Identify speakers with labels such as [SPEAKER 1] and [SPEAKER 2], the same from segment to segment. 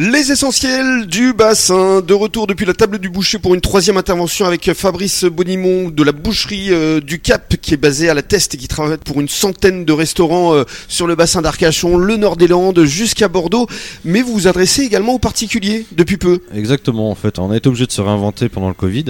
[SPEAKER 1] Les essentiels du bassin, de retour depuis la table du boucher pour une troisième intervention avec Fabrice Bonimont de la boucherie euh, du Cap qui est basée à la Teste et qui travaille pour une centaine de restaurants euh, sur le bassin d'Arcachon, le nord des Landes jusqu'à Bordeaux, mais vous vous adressez également aux particuliers depuis peu.
[SPEAKER 2] Exactement, en fait. On a été obligé de se réinventer pendant le Covid.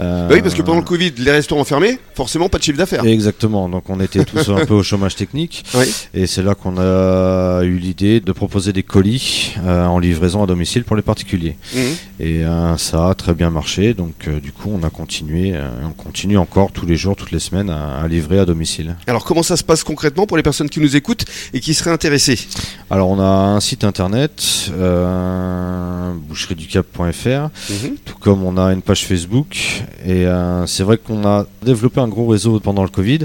[SPEAKER 2] Euh,
[SPEAKER 1] Bah oui, parce que pendant le Covid, les restaurants fermés, forcément pas de chiffre d'affaires.
[SPEAKER 2] Exactement, donc on était tous un peu au chômage technique.
[SPEAKER 1] Oui.
[SPEAKER 2] Et c'est là qu'on a eu l'idée de proposer des colis euh, en livraison à domicile pour les particuliers.
[SPEAKER 1] Mhm.
[SPEAKER 2] Et euh, ça a très bien marché, donc euh, du coup on a continué, euh, on continue encore tous les jours, toutes les semaines à- à livrer à domicile.
[SPEAKER 1] Alors comment ça se passe concrètement pour les personnes qui nous écoutent et qui seraient intéressées
[SPEAKER 2] Alors on a un site internet, euh, boucherieducap.fr,
[SPEAKER 1] Mhm.
[SPEAKER 2] tout comme on a une page Facebook. Et euh, c'est vrai qu'on a développé un gros réseau pendant le Covid,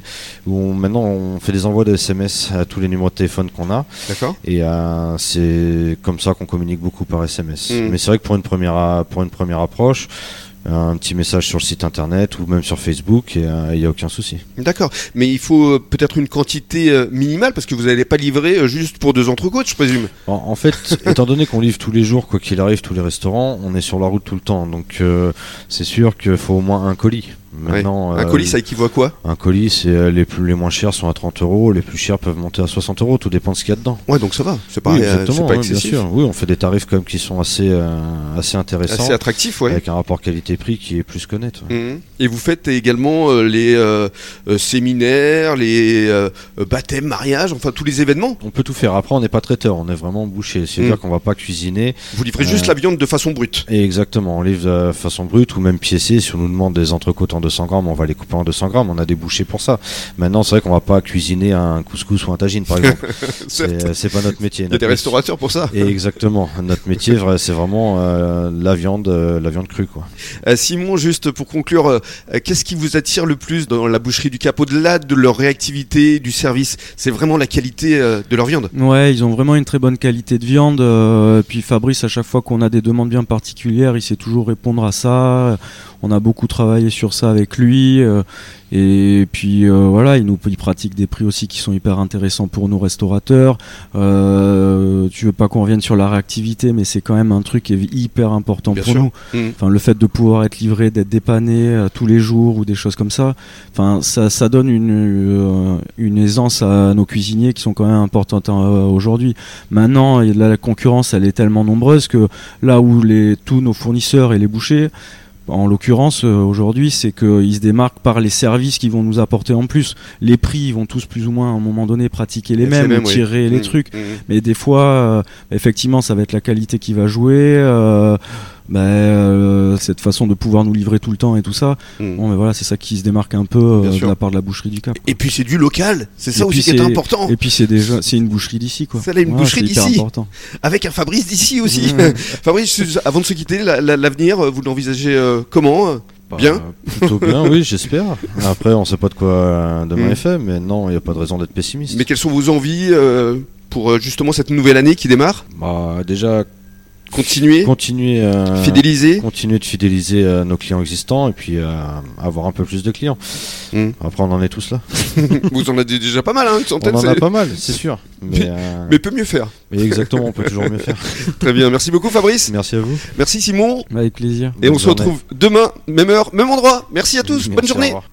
[SPEAKER 2] où on- maintenant on fait des envois de SMS à tous les numéros de téléphone qu'on a.
[SPEAKER 1] D'accord
[SPEAKER 2] Et euh, c'est comme ça qu'on communique beaucoup par SMS.
[SPEAKER 1] Mhm.
[SPEAKER 2] Mais c'est vrai que pour une première, a- pour une première approche, un petit message sur le site internet ou même sur Facebook, et, euh, il n'y a aucun souci.
[SPEAKER 1] D'accord, mais il faut euh, peut-être une quantité euh, minimale parce que vous n'allez pas livrer euh, juste pour deux entrecôtes, je présume.
[SPEAKER 2] En, en fait, étant donné qu'on livre tous les jours, quoi qu'il arrive, tous les restaurants, on est sur la route tout le temps. Donc euh, c'est sûr qu'il faut au moins un colis. Maintenant,
[SPEAKER 1] Un
[SPEAKER 2] euh,
[SPEAKER 1] colis, ça équivaut à quoi
[SPEAKER 2] un colis, c'est euh, les plus les moins chers sont à 30 euros, les plus chers peuvent monter à 60 euros. Tout dépend de ce qu'il y a dedans.
[SPEAKER 1] Ouais, donc ça va. C'est pas,
[SPEAKER 2] Oui,
[SPEAKER 1] euh, c'est pas
[SPEAKER 2] hein, bien
[SPEAKER 1] excessif.
[SPEAKER 2] sûr. Oui, on fait des tarifs quand même qui sont assez euh, assez intéressants,
[SPEAKER 1] Assez attractif, ouais.
[SPEAKER 2] avec un rapport qualité-prix qui est plus que net.
[SPEAKER 1] Mhm. Et vous faites également euh, les euh, euh, séminaires, les euh, euh, baptêmes, mariages, enfin tous les événements.
[SPEAKER 2] On peut tout faire. Après, on n'est pas traiteur, on est vraiment bouché.
[SPEAKER 1] Mm.
[SPEAKER 2] C'est-à-dire qu'on va pas cuisiner.
[SPEAKER 1] Vous livrez
[SPEAKER 2] Euh.
[SPEAKER 1] juste la viande de façon brute.
[SPEAKER 2] Et exactement, on livre de façon brute ou même piécée. Si on nous demande des entrecôtes en 200 grammes, on va les couper en 200 grammes. On a des bouchées pour ça. Maintenant, c'est vrai qu'on va pas cuisiner un couscous ou un tagine, par exemple.
[SPEAKER 1] Certes.
[SPEAKER 2] c'est c'est pas notre métier.
[SPEAKER 1] Il y a des restaurateurs pour ça.
[SPEAKER 2] Et exactement, notre métier, vra- c'est vraiment euh, la viande, euh, la viande crue, quoi.
[SPEAKER 1] Euh, Simon, juste pour conclure, euh, euh, qu'est-ce qui vous attire le plus dans la boucherie du Cap Au-delà de leur réactivité, du service, c'est vraiment la qualité euh, de leur viande.
[SPEAKER 3] Ouais, ils ont vraiment une très bonne qualité de viande. euh, puis Fabrice, à chaque fois qu'on a des demandes bien particulières, il sait toujours répondre à ça. On a beaucoup travaillé sur ça avec lui. euh, et puis euh, voilà, il nous il pratique des prix aussi qui sont hyper intéressants pour nous restaurateurs. Euh, tu veux pas qu'on revienne sur la réactivité, mais c'est quand même un truc qui est hyper important
[SPEAKER 1] Bien
[SPEAKER 3] pour
[SPEAKER 1] sûr.
[SPEAKER 3] nous.
[SPEAKER 1] Mhm.
[SPEAKER 3] Enfin, le fait de pouvoir être livré, d'être dépanné euh, tous les jours ou des choses comme ça, enfin, ça, ça donne une, euh, une aisance à nos cuisiniers qui sont quand même importantes hein, euh, aujourd'hui. Maintenant, il y a de la, la concurrence, elle est tellement nombreuse que là où les, tous nos fournisseurs et les bouchers, en l'occurrence, euh, aujourd'hui, c'est qu'ils se démarquent par les services qu'ils vont nous apporter en plus. Les prix, ils vont tous plus ou moins à un moment donné pratiquer les
[SPEAKER 1] C'est les
[SPEAKER 3] mêmes,
[SPEAKER 1] mêmes, oui.
[SPEAKER 3] tirer les
[SPEAKER 1] Mhm.
[SPEAKER 3] trucs.
[SPEAKER 1] Mhm.
[SPEAKER 3] Mais des fois, euh, effectivement, ça va être la qualité qui va jouer, euh, bah, euh, cette façon de pouvoir nous livrer tout le temps et tout ça.
[SPEAKER 1] Mhm.
[SPEAKER 3] Bon, mais voilà, c'est ça qui se démarque un peu euh,
[SPEAKER 1] Bien
[SPEAKER 3] de
[SPEAKER 1] sûr.
[SPEAKER 3] la part de la boucherie du Cap.
[SPEAKER 1] Et puis c'est du local, c'est ça
[SPEAKER 3] Et
[SPEAKER 1] aussi
[SPEAKER 3] puis
[SPEAKER 1] qui est
[SPEAKER 3] c'est-
[SPEAKER 1] important.
[SPEAKER 3] Et puis c'est déjà, c'est une boucherie d'ici, quoi.
[SPEAKER 1] C'est là, une
[SPEAKER 3] Voilà,
[SPEAKER 1] boucherie
[SPEAKER 3] c'est hyper
[SPEAKER 1] d'ici.
[SPEAKER 3] important.
[SPEAKER 1] Avec un Fabrice d'ici aussi.
[SPEAKER 3] Mmh.
[SPEAKER 1] Fabrice, avant de se quitter, la- la- l'avenir, euh, vous l'envisagez euh, comment euh
[SPEAKER 2] Bah,
[SPEAKER 1] Bien.
[SPEAKER 2] Plutôt bien, oui, j'espère. Après, on sait pas de quoi euh, demain
[SPEAKER 1] Mm.
[SPEAKER 2] est fait, mais non, il n'y a pas de raison d'être pessimiste.
[SPEAKER 1] Mais quelles sont vos envies euh, pour euh, justement cette nouvelle année qui démarre
[SPEAKER 2] Bah, déjà,
[SPEAKER 1] Continuer,
[SPEAKER 2] continuer, euh,
[SPEAKER 1] fidéliser.
[SPEAKER 2] continuer de fidéliser euh, nos clients existants et puis euh, avoir un peu plus de clients.
[SPEAKER 1] Mm.
[SPEAKER 2] Après, on en est tous là.
[SPEAKER 1] vous en avez déjà pas mal, hein, une
[SPEAKER 2] On
[SPEAKER 1] centaine.
[SPEAKER 2] en a
[SPEAKER 1] c'est-
[SPEAKER 2] pas mal, c'est sûr. Mais, euh,
[SPEAKER 1] Mais peut mieux faire.
[SPEAKER 2] mais exactement, on peut toujours mieux faire.
[SPEAKER 1] Très bien, merci beaucoup Fabrice.
[SPEAKER 2] Merci à vous.
[SPEAKER 1] Merci Simon.
[SPEAKER 3] Avec plaisir.
[SPEAKER 1] Et
[SPEAKER 2] Bonne
[SPEAKER 1] on se
[SPEAKER 2] journée.
[SPEAKER 1] retrouve demain, même heure, même endroit. Merci à tous. Bonne
[SPEAKER 2] Merci, au
[SPEAKER 1] journée.
[SPEAKER 2] revoir.